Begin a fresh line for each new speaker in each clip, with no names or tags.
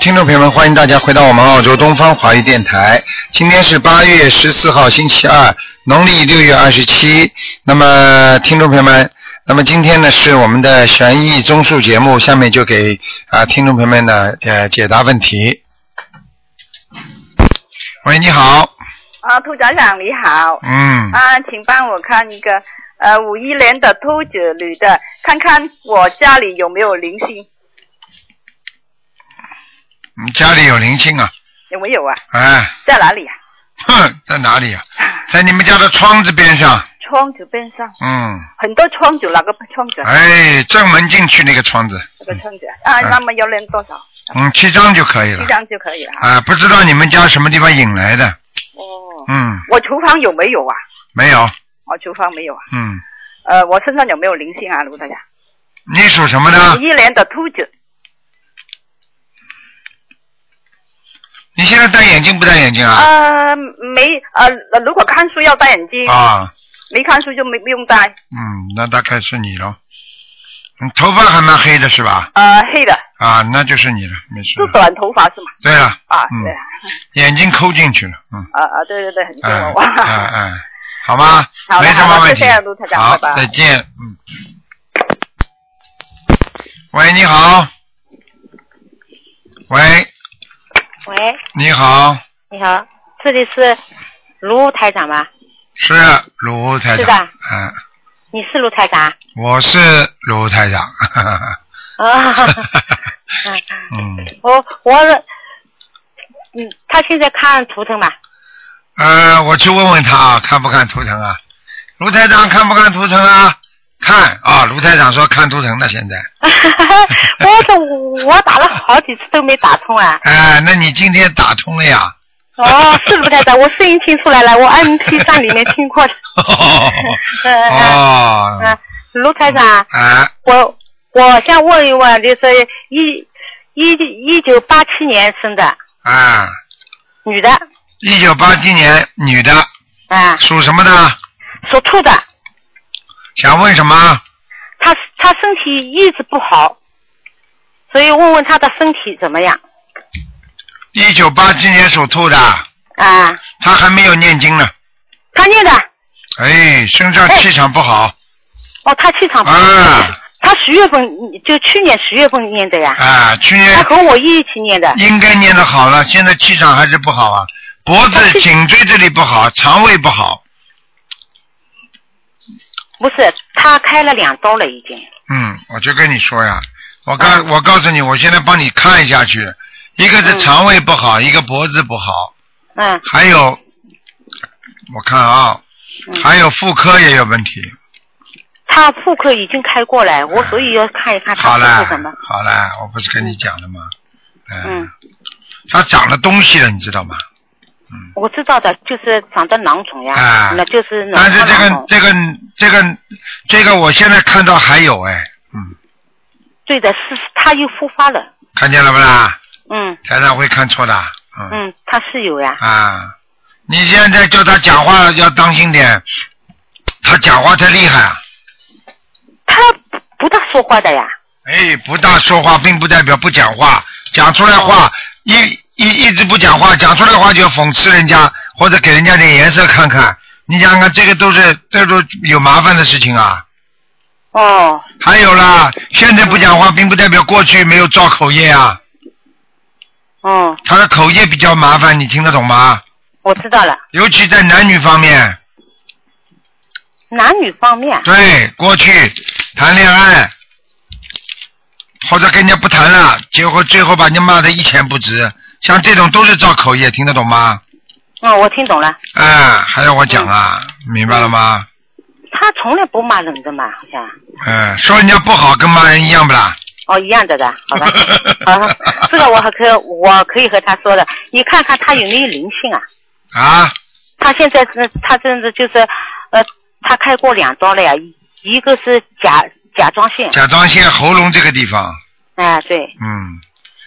听众朋友们，欢迎大家回到我们澳洲东方华语电台。今天是八月十四号，星期二，农历六月二十七。那么，听众朋友们，那么今天呢是我们的悬疑综述节目，下面就给啊、听众朋友们呢呃解答问题。喂，你好，
啊，涂长长你好，
嗯，
啊，请帮我看一个呃五一年的兔子女的，看看我家里有没有灵性，
你家里有灵性啊？
有没有啊？
哎，
在哪里啊？
哼，在哪里啊？在你们家的窗子边上，
窗子边上，
嗯，
很多窗子，哪个窗子？啊
哎，正门进去那个窗子，
哪个窗子啊？啊，
嗯
那么要练多少？
嗯，七张就可以了
一。张就可以了啊。
啊，不知道你们家什么地方引来的？
哦，
嗯，
我厨房有没有啊？
没有，
我厨房没有啊。
嗯，
呃，我身上有没有灵性啊，卢大家？
你属什么呢
五？一年的兔子，
你现在戴眼镜不戴眼镜啊？
呃，没呃，如果看书要戴眼镜，
啊，
没看书就没不用戴。
嗯，那大概是你咯。你头发还蛮黑的是吧？
呃，黑的
啊，那就是你了，没事
是
了。
短头发是吗？
对了，
啊，
嗯
对啊，
眼睛抠进去了，嗯，
啊啊，对对 对，很
哎
正我。
哎哎，好吗？
好的
没什
好
么
的
问题
谢谢卢台。长
好
拜，拜
再见，嗯。喂，你好。喂，
喂，
你好，
你好，这里是卢台长吧？
是卢台
是
长
吧。
嗯。
你是卢台长？
我是卢台长，
啊、
嗯，
我我，嗯，他现在看图腾 吧？
呃，我去问问他啊，看不看图腾啊？卢台长看不看图腾啊？看啊，卢台长说看图腾的现在。
我说我打了好几次都没打通啊！
哎，那你今天打通了呀？
哦，是卢台长，我声音听出来了，我 M P 三里面听过的。 嗯嗯
哦
嗯，，嗯卢台长，
哎，
我我想问一问，就是一一一九八七年生的
哎，
女的
一九八七年女的，
啊，
属什么的？
属兔的。
想问什么？
他他身体一直不好，所以问问他的身体怎么样
一九八七年属兔的，
啊？
她还没有念经呢。
他念的
哎，身上气场不好。
哦，他气场不好，
啊
他十月份就去年十月份念的呀，
啊，去年
他和我一起念 的。
应该念的好了，现在气场还是不好啊，脖子、颈椎这里不 好，肠胃不好，
不是，他开了两刀了已经。
嗯，我就跟你说呀，我告、
嗯
我告诉你，我现在帮你看一下去，一个是肠胃不好，一个脖子不好，
嗯
还有我看啊，
嗯，
还有妇科也有问题。
他妇科已经开过来，我所以要看一看
好
他
了
妇科怎么。，
好了，我不是跟你讲了吗？
嗯，，
它长了东西了，你知道吗？
我知道的，就是长得囊肿呀，
嗯啊
那就是脑
但是这
囊
个
肿。
这个这个这个，我现在看到还有哎，嗯，
对的，是他又复发了。
看见了不啦？
嗯
台长会看错的，嗯
嗯，他是有呀。
啊，你现在叫他讲话要当心点，他讲话太厉害啊，
他不不大说话的呀。
哎，不大说话并不代表不讲话，讲出来话、
哦
一一一直不讲话，讲出来话就要讽刺人家或者给人家点颜色看看，你想想看这个都是这都有麻烦的事情啊。
哦，
还有啦，现在不讲话并不代表过去没有造口业啊，
哦，
他的口业比较麻烦，你听得懂吗？
我知道了，
尤其在男女方面，
男女方面，
对，过去谈恋爱，或者跟人家不谈了，结果最后把人家骂得一钱不值，像这种都是造口业，听得懂吗？
嗯，我听懂了，
哎，还要我讲啊？明白了吗？
他从来不骂人的嘛，好像，
哎，说人家不好跟骂人一样不啦？
哦，一样的的，好 吧，好吧，这个我还可我可以和他说的，你看看他有没有灵性啊？
啊，
他现在是，他真的就是，呃，他开过两刀了呀，一个是甲甲状腺，
甲状腺、喉咙这个地方，
哎、对，
嗯，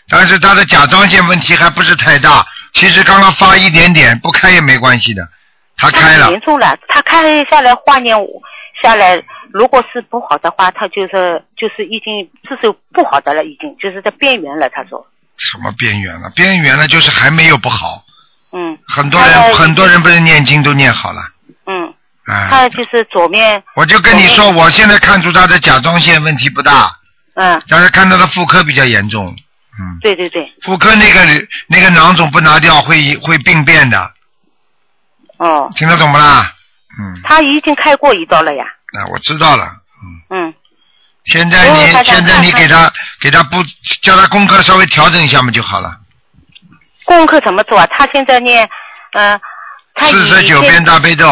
但是他的甲状腺问题还不是太大，其实刚刚发一点点，不开也没关系的，他开
他
了
很，严重了，他开下来化验下来，如果是不好的话，他就是就是已经至少不好的了，已经就是在边缘了，他说。
什么边缘了？边缘了就是还没有不好，
嗯
很多
他
人
的
很多人不是念经都念好了，
嗯，
啊、
他就是左面，
我就跟你说，
我
我现在看出他的甲状腺问题不大，
嗯，
但是看他的妇科比较严重，嗯，
对对对，
妇科那个那个囊肿不拿掉会会病变的，
哦，
听得懂不啦？嗯，
他已经开过一刀了呀，
那、我知道了，嗯。
嗯，
现在
哦台
你
长
现在
那
你
他
给他给他不叫他功课稍微调整一下嘛就好了，
功课怎么做啊？他现在念，嗯、呃，他
四十九遍大悲咒，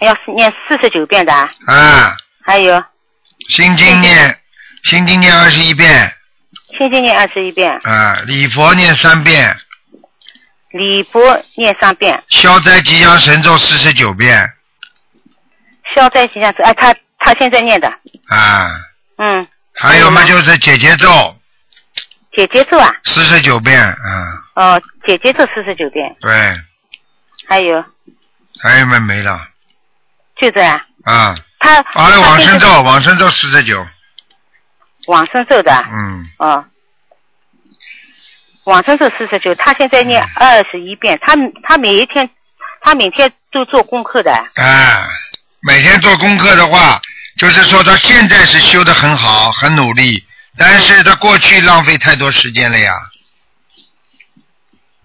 要念四十九遍的啊，
啊，
还有
心经念心经念二十一遍，
心经念二十一遍，
啊，礼佛念三遍，
礼佛念三遍，
消灾吉祥神咒四十九遍，
消灾吉祥咒，哎，他他现在念的，
啊，
嗯，
还有嘛
还有
就是姐姐咒
姐姐咒啊，
四十九遍，啊，
哦，姐姐咒四十九遍，
对，
还有
还有嘛没了，
就这样，
啊，
他
还有
他
往
现
生
在
咒，往生咒四十九，
往生咒的啊，
嗯，
哦，往生咒四十九，他现在
嗯
念二十一遍，他他每一天，他每天都做功课的，
啊，每天做功课的话，就是说他现在是修的很好，很努力，但是他过去浪费太多时间了呀，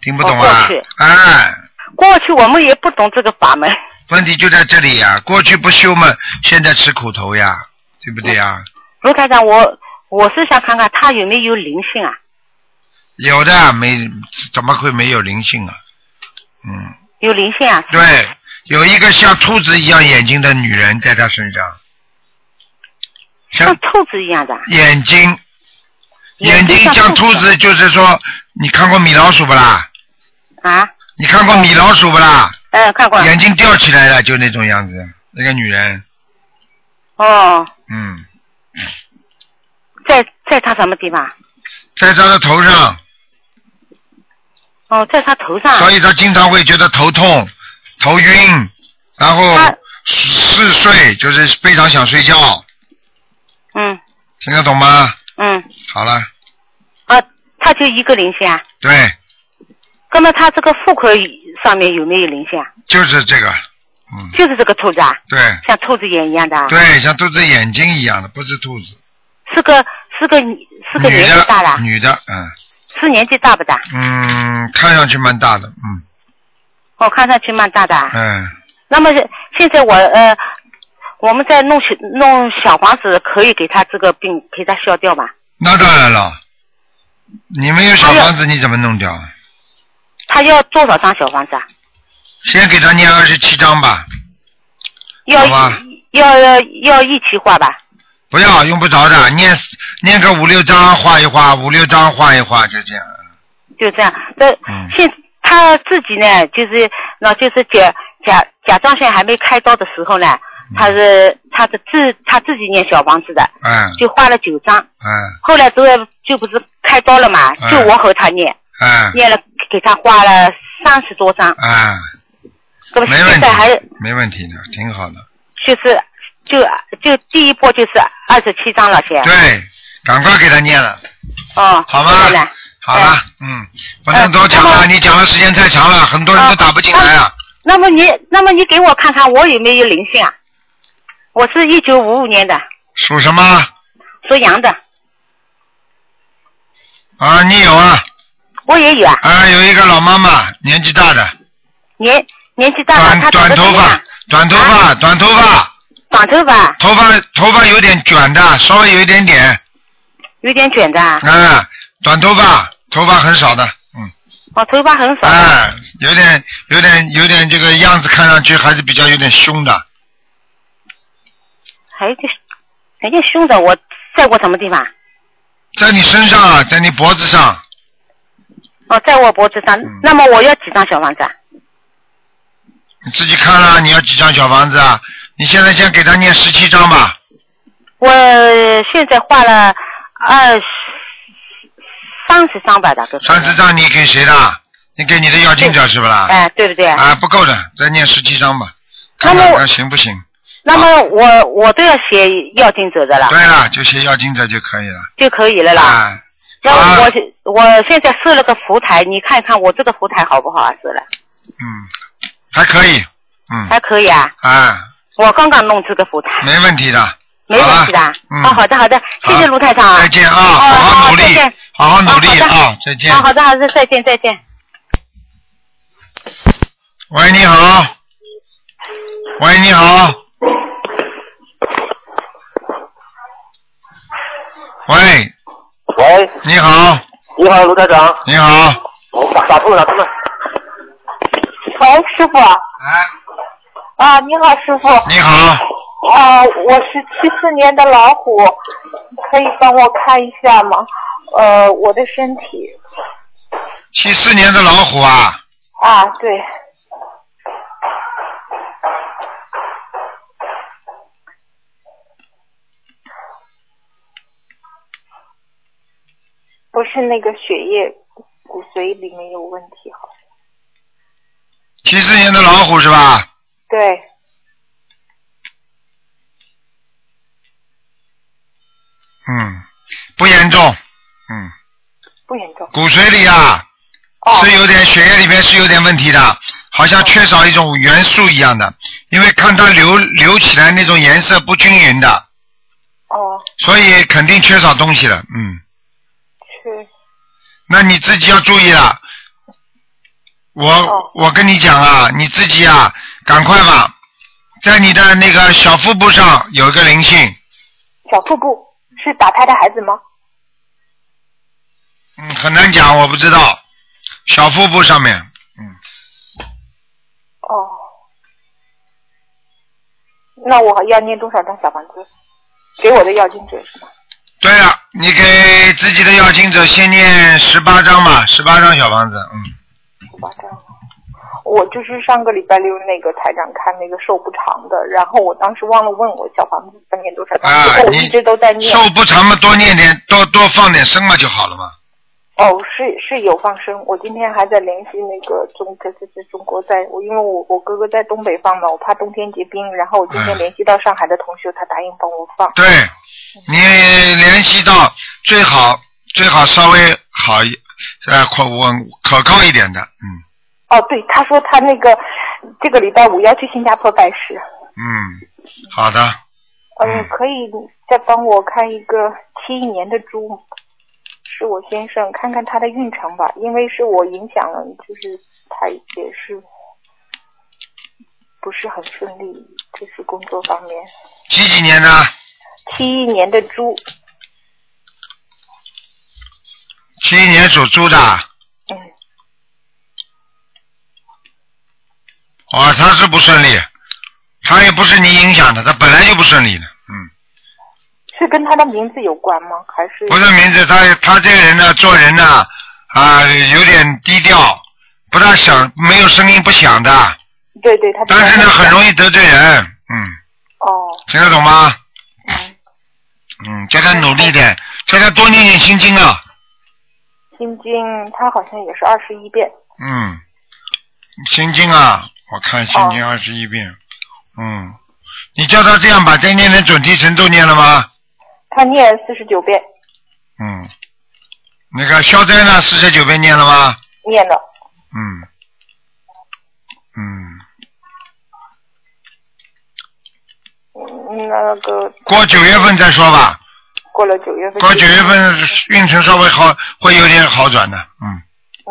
听不懂
哦
啊
过去？
啊，
过去我们也不懂这个法门，
问题就在这里呀，过去不修嘛，现在吃苦头呀，对不对呀？
卢台长，我我是想看看他有没有灵性啊，
有的没怎么会没有灵性啊？嗯，
有灵性啊，
对，有一个像兔子一样眼睛的女人在他身上，像
像兔子一样的啊，
眼睛眼
睛
睛像兔子，就是说，你看过米老鼠不啦？
啊，
你看过米老鼠不啦？
嗯，看过了，
眼睛吊起来了，就那种样子。那个女人，
哦，
嗯，
在在他什么地方？
在她的头上，
哦，在他头上啊，
所以她经常会觉得头痛、头晕，然
她
后嗜睡，就是非常想睡觉。
嗯
听得懂吗？
嗯，
好了，
啊，他就一个灵性啊，
对，
那么他这个妇科上面有没有灵性啊？
就是这个，嗯，
就是这个兔子啊，
对
像兔子眼一样的啊，
对，像兔子眼睛一样的，不是兔子，
是个是个是个
女
年纪大
的，
的，啊
女的，嗯
是年纪大不大？
嗯，看上去蛮大的，嗯
我哦看上去蛮大的啊。
嗯。
那么是现在我呃，我们在弄小弄小房子，可以给他这个病给他消掉吗？
那当然了，你没有小房子你怎么弄掉？啊
他要多少张小房子啊？
先给他念二十七章吧，
要
好吧
一要要要一起画吧？
不要用不着的，念念个五六章画一画，五六章画一画就这样。
就这样。那
嗯
现他自己呢，就是那就是甲甲甲状腺还没开刀的时候呢，他是他的自他自己念小房子的，
嗯
就画了九张。
嗯
后来都要就不是开刀了嘛，
嗯
就我和他念，
嗯
念了给他画了三十多张，
嗯，
那么
没问
现在还
题，没问题的，挺好的。
就是就就第一波就是二十七张了先，
对，赶快给他念了，
哦，
好吧
现在呢
好了，嗯，不能多讲
那
了，
么嗯
你讲的时间太长了，很多人都打不进来啊。
那么你那么你给我看看我有没有灵性啊？我是一九五五年的，
属什么？
属羊的，
啊，你有啊？
我也有啊，
啊，有一个老妈妈，年纪大的，
年年纪大了，
短
他长
短
得怎
头
么
发
样？，
短头
啊
发，短头发，
短头发，
头发头发有点卷的，稍微有一点点，
有点卷的，
啊、短头发，头发很少的，嗯，
哦，头发很少，
啊、有点有点有点这个样子，看上去还是比较有点凶的，
还有个有点凶的，我在过什么地方？
在你身上啊，在你脖子上，
哦，在我脖子上。
嗯
那么我要几张小房子啊？
你自己看啦、你要几张小房子啊？你现在先给他念十七章吧，
我现在画了二十三十张吧，大概。
三十。张你给谁的？你给你的要经者是不啦？
哎、对不对？
啊，不够的，再念十七章吧，看
那
看
么
看行不行？
那么我我都要写要经者的了，
对了，就写要经者就可以了。
啊就可以了啦。
啊，
然后
啊
我就我现在设了个佛台，你看一看我这个佛台好不好啊？设了
嗯，还可以，嗯，
还可以啊。
啊，
我刚刚弄这个佛台，
没问题的，
没问题的。
好了嗯
哦，好的好的，谢谢卢台长啊。
再见啊，
哦
好好努
再
力
见，
好好努力
哦好的
啊，再见
啊，。好的好的，再见再见。
喂，你好。喂，你好。喂，
喂，
你好，
你好，卢台长。
你好。
我打打通了，打通了。
喂，师傅
哎，
啊，你好，师傅
你好，
啊，我是七四年的老虎，可以帮我看一下吗？呃，我的身体
七四年的老虎啊，
啊，对，不是那个血液骨髓里面有问题，好像
七四年的老虎是吧？
对，
嗯，不严重，嗯，
不严重
骨髓里啊
哦，
是有点血液里面是有点问题的，好像缺少一种元素一样的，因为看它流流起来那种颜色不均匀的，
哦，
所以肯定缺少东西了，嗯，
是
那你自己要注意了。我、
哦
我跟你讲啊，你自己啊，赶快吧，在你的那个小腹部上有一个灵性，
小腹部是打胎的孩子吗？
嗯，很难讲，我不知道，小腹部上面，嗯，
哦，那我要念多少张小房子？给我的要经者是吗？
对了，你给自己的要经者先念十八章吧，十八章小房子，嗯，
十八张。我就是上个礼拜六那个台长看那个寿不长的，然后我当时忘了问我小房子要念多少张，
啊
然后我
你
一直都在念。
寿不长嘛，多念点，多多放点生嘛就好了嘛，
哦，是是有放生。我今天还在联系那个中，这这这中国在，我因为我我哥哥在东北放嘛，我怕冬天结冰，然后我今天
嗯
联系到上海的同学，他答应帮我放。
对，你联系到最好最好稍微好一呃可稳可靠一点的，嗯
哦，对，他说他那个这个礼拜五要去新加坡拜师。
嗯，好的，
嗯，
嗯
可以再帮我看一个七一年的猪吗，是我先生，看看他的运程吧，因为是我影响了，就是他也是不是很顺利，就是工作方面。
几几年呢？
七一年的猪，
七一年属猪的，
嗯，
哦，他是不顺利，他也不是你影响的，他本来就不顺利的，嗯。
是跟他的名字有关吗？还是
不是名字，他他这个人呢，做人呢，啊、有点低调，不大响，没有声音不响的，
对对，他
但是呢，很容易得罪人，嗯，
哦，
听得懂吗？
嗯，
嗯，叫他努力点，叫他多念念心经啊，
心经他好像也是二十一遍，
嗯，心经啊，我
哦
看心经二十一遍，嗯，你叫他这样吧，再念点准提神咒念了吗？
他念四十九遍，
嗯，那个消灾呢，四十九遍念了吗？
念了，
嗯，嗯。
嗯，那个
过九月份再说吧，
过了九月份，
过九月份运程稍微好，会有点好转的。嗯，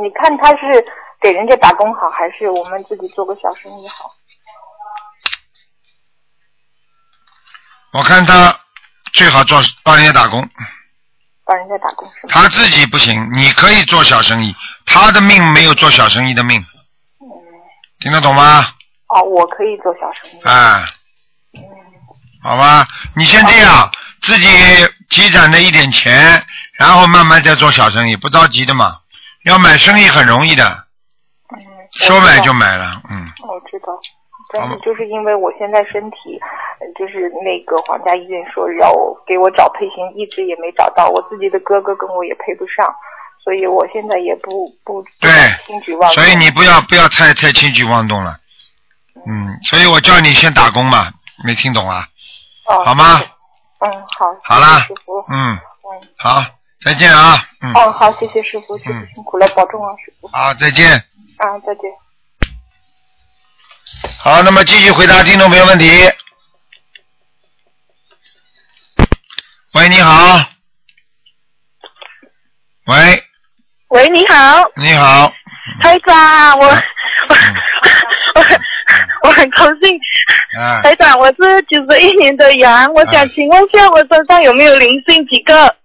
你看他是给人家打工好，还是我们自己做个小生意好？
我看他最好做帮人家打工，
帮人家打工是吗？
他自己不行，你可以做小生意，他的命没有做小生意的命，听得懂吗？
哦，我可以做小生意。
啊，好吧，你先这样，自己积攒的一点钱，然后慢慢再做小生意，不着急的嘛。要买生意很容易的，
嗯，
说买就
买。
买了，嗯。
我知道，但是就是因为我现在身体，呃就是那个皇家医院说要给我找配型，一直也没找到，我自己的哥哥跟我也配不上，所以我现在也不不
对
轻举妄动。
所以你不要不要太太轻举妄动了，嗯，所以我叫你先打工嘛，没听懂啊？
哦
好吗？
嗯，好。
好啦
谢谢师傅，
嗯，
嗯。
好，再见啊，嗯。嗯
哦，好，谢谢师傅，师
嗯
傅辛苦了，保重啊，师傅。
好，再见。
啊，再见。
好，那么继续回答听众朋友问题。喂，你好。喂，
喂，你好，
你好。
台长，我我
嗯
我我很高兴，
啊，
台长，我是九十一年的羊，我想
嗯
请问一下，我身上有没有灵性几个？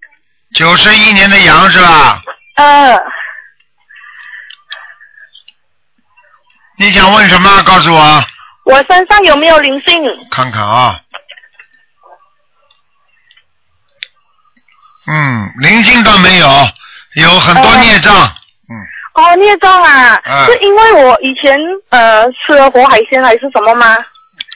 九十一年的羊是吧？
呃，
你想问什么？告诉我，
我身上有没有灵性？
看看啊。嗯，灵性倒没有，有很多孽障。嗯，
哦，孽障啊，
嗯
是因为我以前呃吃了活海鲜还是什么吗？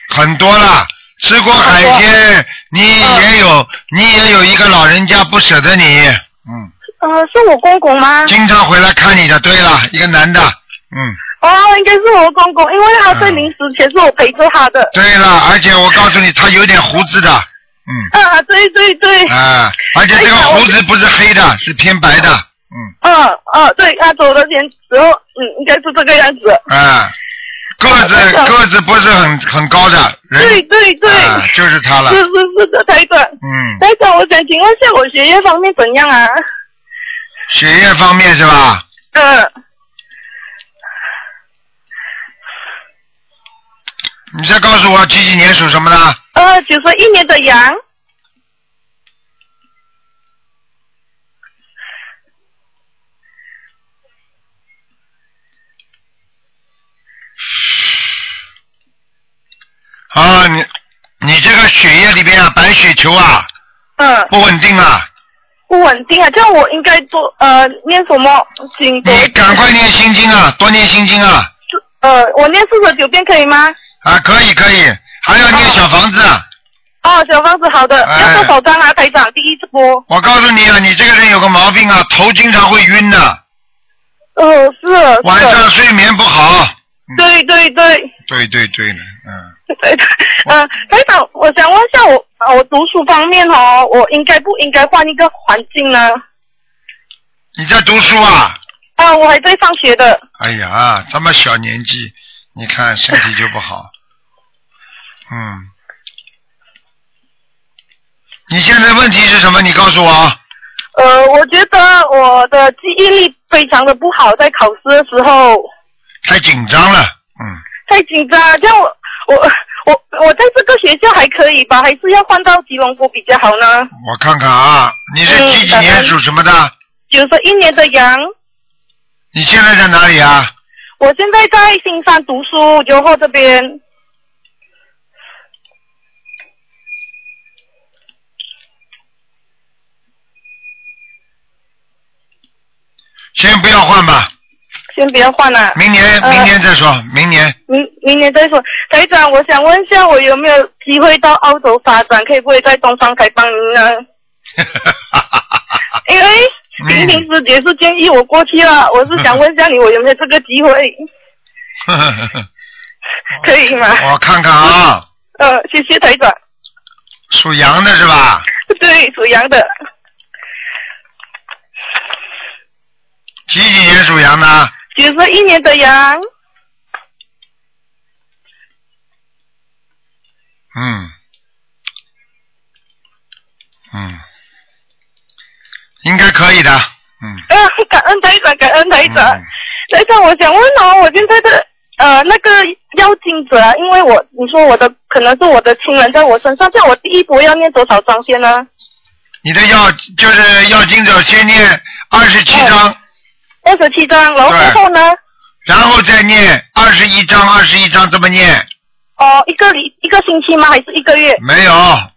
很多了。吃过海鲜，你也有，你也有一个老人家不舍得你。嗯。
呃，是我公公吗？
经常回来看你的，对了，一个男的，嗯，
哦，应该是我公公，因为他在临死前是我陪着他的。
对了，而且我告诉你，他有点胡子的，嗯，
啊，对对对，
啊，而且这个胡子不是黑的，是偏白的，嗯，
嗯嗯，对他走的前时候，嗯，应该是这个样子。
啊，个子
哎呀
个子不是很很高的
对
人，
对对，
啊，就是他了
是，是是的，台长，
嗯，
台长，我想请问一下，我学业方面怎样啊？
血液方面是吧？
嗯，
你再告诉我几几年属什么的？
呃，九十一年的羊，
啊，你你这个血液里边啊，白血球啊
嗯，
不稳定啊，
不稳定啊，这样我应该多呃念什么经多？
你赶快念心经啊，多念心经啊。
呃，我念四十九遍可以吗？
啊，可以可以，还要念小房子。啊！
哦，小房子好的，
哎
要多少张啊，台长？第一波，
我告诉你啊，你这个人有个毛病啊，头经常会晕的、
呃，是是，
晚上睡眠不好。
对对对，
对对对了，嗯，
对的，呃，台长，我想问一下我，呃我读书方面哦，我应该不应该换一个环境呢？
你在读书啊？
啊，我还在上学的。
哎呀，这么小年纪，你看身体就不好。嗯，你现在问题是什么？你告诉我啊。
呃，我觉得我的记忆力非常的不好，在考试的时候
太紧张了，嗯，
太紧张了，这样我我我我在这个学校还可以吧，还是要换到吉隆坡比较好呢？
我看看啊，你是
嗯
几几
感
年
恩
属什么的？
九十一年的羊，
你现在在哪里啊？
我现在在新山读书，游后这边。
先不要换吧，
先不要换了、
明年
呃
明年再说，明年。
明明年再说。台长，我想问一下，我有没有机会到澳洲发展？可以不可以在东方开放营 呢？因为婷婷师姐是建议我过去了，我是想问一下你，我有没有这个 机会？
哦
可以吗？
我看看啊，
呃，谢谢台长。
属羊的是吧？
对，属羊的，
几几年属羊的？
九十一年的羊。
嗯，嗯，应该可以的。嗯，
哎、呀，感恩台长，感恩台长。
嗯
台长，我想问哦，我现在的呃那个要经者啊，因为我你说我的可能是我的亲人在我身上，这样我第一波要念多少张先呢？
你的药就是药经者先念二十七章，
哦二十七张，然后之后呢？
然后再念二十一章，二十一章这么念。
哦，一个礼一个星期吗？还是一个月？
没有，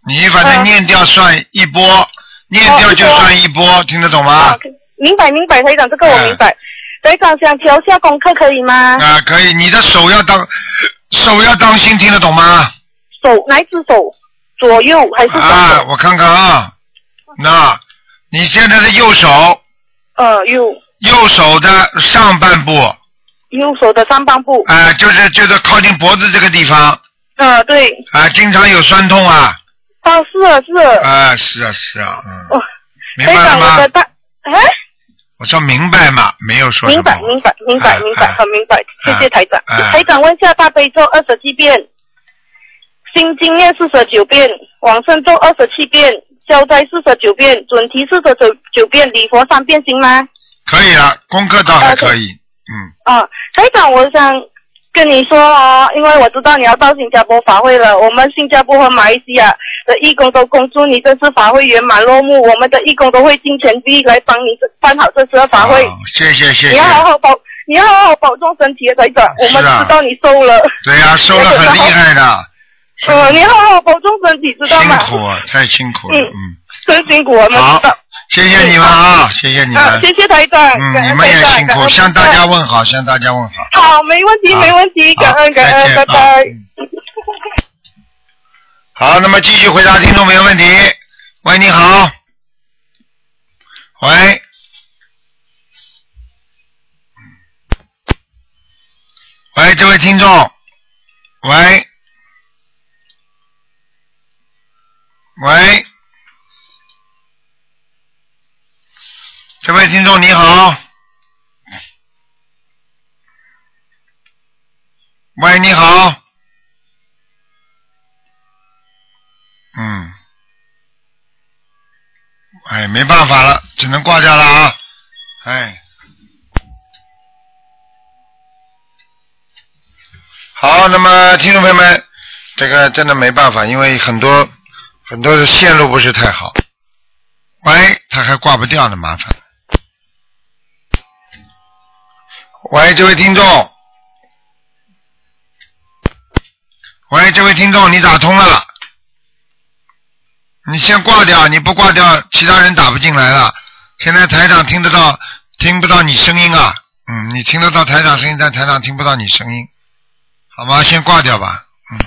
你反正
嗯
念掉算一波，念掉就算一
哦
波，嗯听得懂吗？
，OK，明白明白，台长，这个我明白。台长想调一下功课可以吗？
啊，可以，你的手要当手要当心，听得懂吗？
手哪一只手？左右还是什么
啊，
手？
我看看啊，那你现在的右手，
呃，右
右手的上半部，啊、
右手的上半部。
就是就是靠近脖子这个地方，啊、
呃，对，
经常有酸痛啊，
啊，是啊是啊。
啊、是啊是啊，嗯，
哦
明
台
白了
长，我的
吗？
大，哎，
我说明白嘛，没有说什
明
么
白，明白，明白，
哎
明白，
哎
很明白。谢
哎
谢台长。
哎
台长问一下，大悲咒二十七遍，心经念四十九遍，往生咒二十七遍，消灾四十九遍，准提四十九九遍，礼佛三遍行吗？
可以了，功课倒还可以，
啊，台长，我想跟你说哦，因为我知道你要到新加坡法会了，我们新加坡和马来西亚的义工都恭祝你这次法会圆满落幕，我们的义工都会尽全力来帮你办好这次的
嗯，
法会。
好，谢谢谢
你
谢
要，好好保，你要好好保重身体，台长。我们
是啊
知道你瘦了，
对呀、收了很厉害的，
呃，你好好保重身体，知道
辛
吗？
苦啊，太辛苦了，
嗯
嗯，
真辛苦，我们
好
知道。
谢谢你们啊，谢谢你们，
啊，谢谢台长，感
嗯，你
恩
们
台
也
长
辛
感
苦，
恩
向大
台
家
长
问好，向大家问好。
好，没问题，
好
没问题，感
好
恩感恩，
再
拜
见
拜。
啊嗯好，那么继续回答听众朋友问题。喂，你好。喂。喂，这位听众。喂。喂。这位听众你好。喂，你好。嗯，哎，没办法了，只能挂掉了啊，哎。好，那么听众朋友们，这个真的没办法，因为很多很多的线路不是太好。喂，他还挂不掉呢，麻烦了。喂，这位听众。喂，这位听众，你打通了。你先挂掉，你不挂掉，其他人打不进来了。现在台长听得到，听不到你声音啊。嗯，你听得到台长声音，但台长听不到你声音，好吗？先挂掉吧。嗯，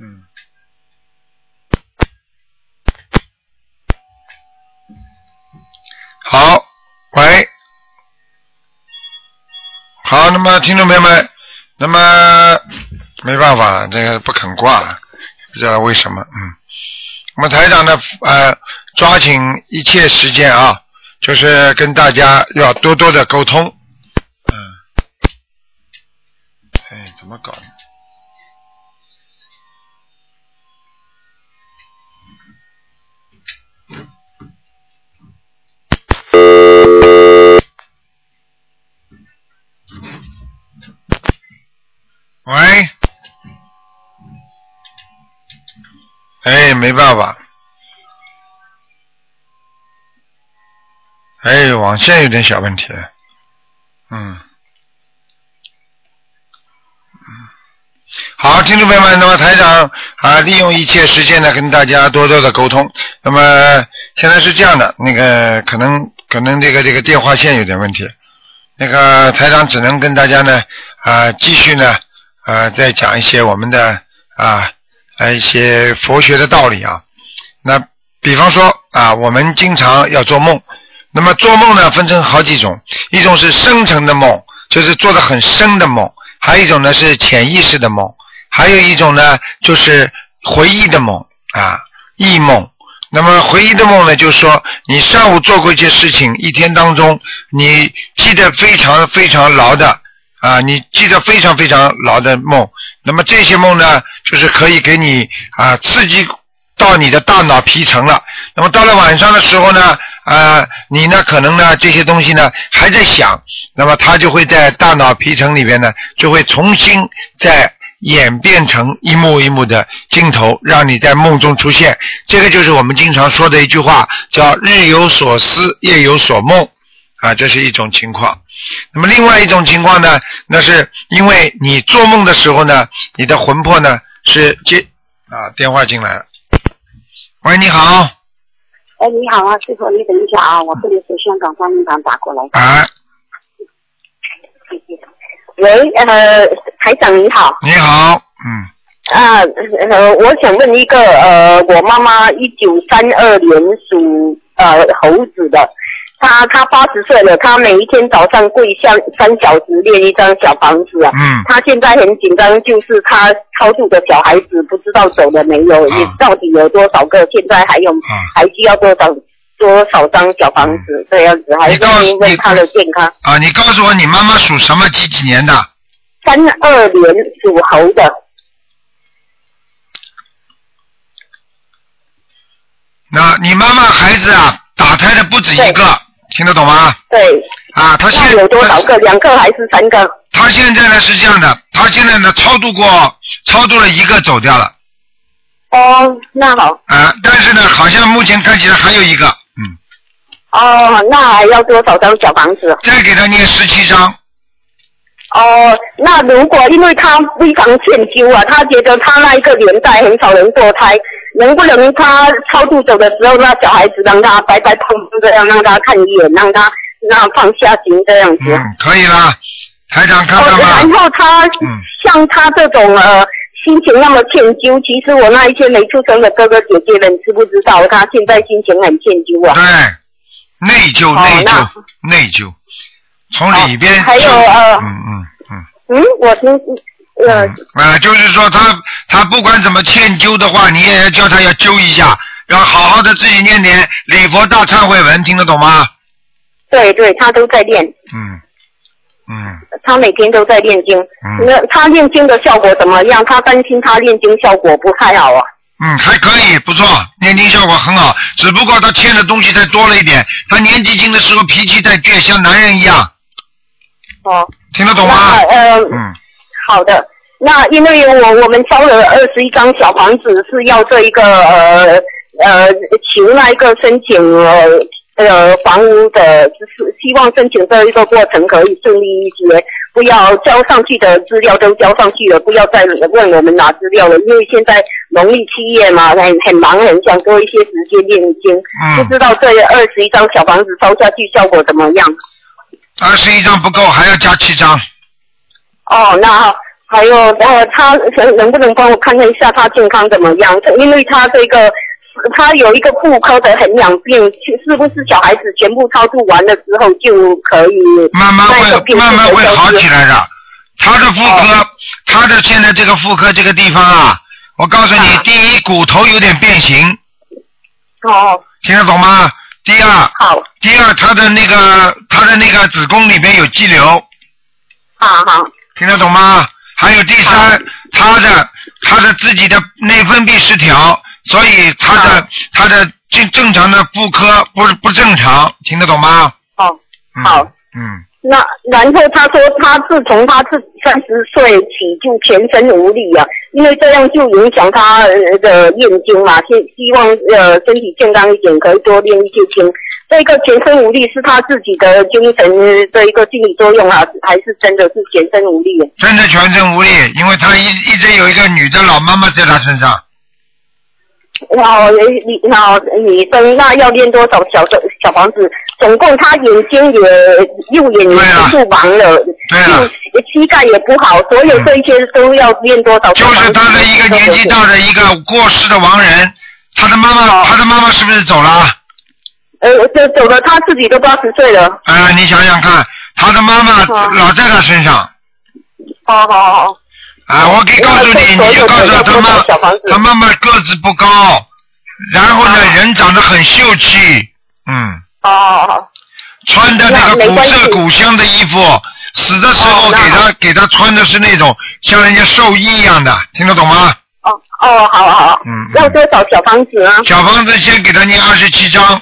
嗯。好，喂，好，那么听众朋友们，那么没办法了，这个不肯挂，不知道为什么，嗯。我们台长呢，呃，抓紧一切时间啊，就是跟大家要多多的沟通。嗯。哎，怎么搞？喂。哎，没办法。哎，网线有点小问题。嗯。好，听众朋友们，那么台长啊，利用一切时间呢，跟大家多多的沟通。那么现在是这样的，那个可能可能这个这个电话线有点问题，那个台长只能跟大家呢啊继续呢啊再讲一些我们的啊呃一些佛学的道理啊。那比方说啊，我们经常要做梦，那么做梦呢分成好几种，一种是深层的梦，就是做的很深的梦；还有一种呢是潜意识的梦；还有一种呢就是回忆的梦啊，忆梦。那么回忆的梦呢，就是说你上午做过一些事情，一天当中你记得非常非常牢的啊，你记得非常非常牢的梦，那么这些梦呢，就是可以给你啊刺激到你的大脑皮层了。那么到了晚上的时候呢，啊，你呢可能呢这些东西呢还在想，那么它就会在大脑皮层里边呢就会重新再演变成一幕一幕的镜头，让你在梦中出现。这个就是我们经常说的一句话，叫日有所思，夜有所梦。啊，这是一种情况。那么另外一种情况呢，那是因为你做梦的时候呢，你的魂魄呢是接啊电话进来了。喂，你好，
哎，你好啊，师傅，你等一下啊，我这里是香港观音堂打过来。
啊，
喂，呃，台长你好
你好，嗯，
啊、呃，我想问一个，呃，我妈妈一九三二年属呃猴子的，她她八十岁了，她每一天早上跪下三小时练一张小房子啊。
嗯
她现在很紧张，就是她超度的小孩子不知道走了没有，
啊
也到底有多少个，现在还有
啊嗯
还需要多少多少张小房子这样子，还
你告诉
是因为他的健康？
啊，你告诉我你妈妈属什么几几年的？
三二年属猴的，
那你妈妈孩子啊，打胎的不止一个，听得懂吗？
对，
啊，她现
那有多少个？两个还是三个？
她现在呢是这样的，她现在呢超度过，超度了一个走掉了，
哦，那好，
啊，但是呢好像目前看起来还有一个，嗯，
哦，那还要多少张小房子？
再给她念十七章，
哦，那如果因为他非常欠修啊，他觉得他那一个年代很少人堕胎，能不能他超度走的时候，那小孩子让他白白胖胖这样，让他看一眼，让他让他放下心这样子。
嗯，可以啦，台长看看
哦，
吧。
然后他、
嗯
像他这种呃心情那么歉疚，其实我那一些没出生的哥哥姐姐们知不知道，他现在心情很歉疚啊。
对，内疚，
哦
内疚
那，
内疚，从里边
哦还有
就
呃
嗯嗯嗯
嗯，我听，呃，
嗯，呃，就是说他他不管怎么歉疚的话，你也要叫他要揪一下，然后好好的自己念点礼佛大忏悔文，听得懂吗？
对对，他都在练，
嗯嗯，
他每天都在练经。
嗯
那他练经的效果怎么样？他担心他练经效果不太好啊。
嗯，还可以，不错，念经效果很好，只不过他欠的东西太多了一点，他年纪轻的时候脾气太倔，像男人一样，
哦，
听得懂吗
那？呃，
嗯，
好的。那因为我我们烧了二十一张小房子，是要这一个呃呃求那一个申请呃呃房屋的，就是希望申请这一个过程可以顺利一些，不要交上去的资料都交上去了，不要再问我们拿资料了，因为现在农历七月嘛，很很忙，很想多一些时间念经，
嗯
不知道这二十一张小房子烧下去效果怎么样？
二十一张不够，还要加七张。
哦，那还有呃，他能能不能帮我看一下他健康怎么样？因为他这个他有一个妇科的衡量病，是不是小孩子全部超度完了之后就可以
慢慢
那个
会
病
慢慢会好起
来？
来的。他的妇科，
哦
他的现在这个妇科这个地方啊，我告诉你，
啊
第一骨头有点变形，
哦，
听得懂吗？第二，
好，
第二他的那个他的那个子宫里面有肌瘤，
好啊好，
听得懂吗？还有第三，他的他的自己的内分泌失调，所以他的他的正正常的妇科不是不正常，听得懂吗？
哦，
嗯
好，
嗯，
那然后他说，他自从他自三十岁起就全身无力啊，因为这样就影响他呃的念经嘛，希希望呃身体健康一点，可以多念一些经。这个全身无力是他自己的精神呃的一个心理作用啊，还是真的是全身无力啊？
真的全身无力，因为他一一直有一个女的老妈妈在他身上。
那我你那女生那要念多少小小房子？总共他眼睛也右眼也
对啊
是盲了，
对啊
右膝盖也不好，所有这一些都要念多少小
就
房子？
是他的一个年纪大的一个过世的亡人，他的妈妈，
哦
他的妈妈是不是走了？啊、
呃，这走了，他自己都八十岁了。
啊你想想看，他的妈妈
哦
老在他身上，啊、
好好好，
我可以告诉
那
你，
他
你就告诉他他妈
所有的小房子，
他妈妈个子不高，然后呢，人长得很秀气，嗯，
好好好，
穿的那个
那没
古
关系
色古香的衣服，死的时候
哦
给
那
他、给他穿的是那种像人家寿衣一样的，听得懂吗？
哦哦，好好，
嗯嗯
要多少小房子啊？
小房子先给他念二十七章，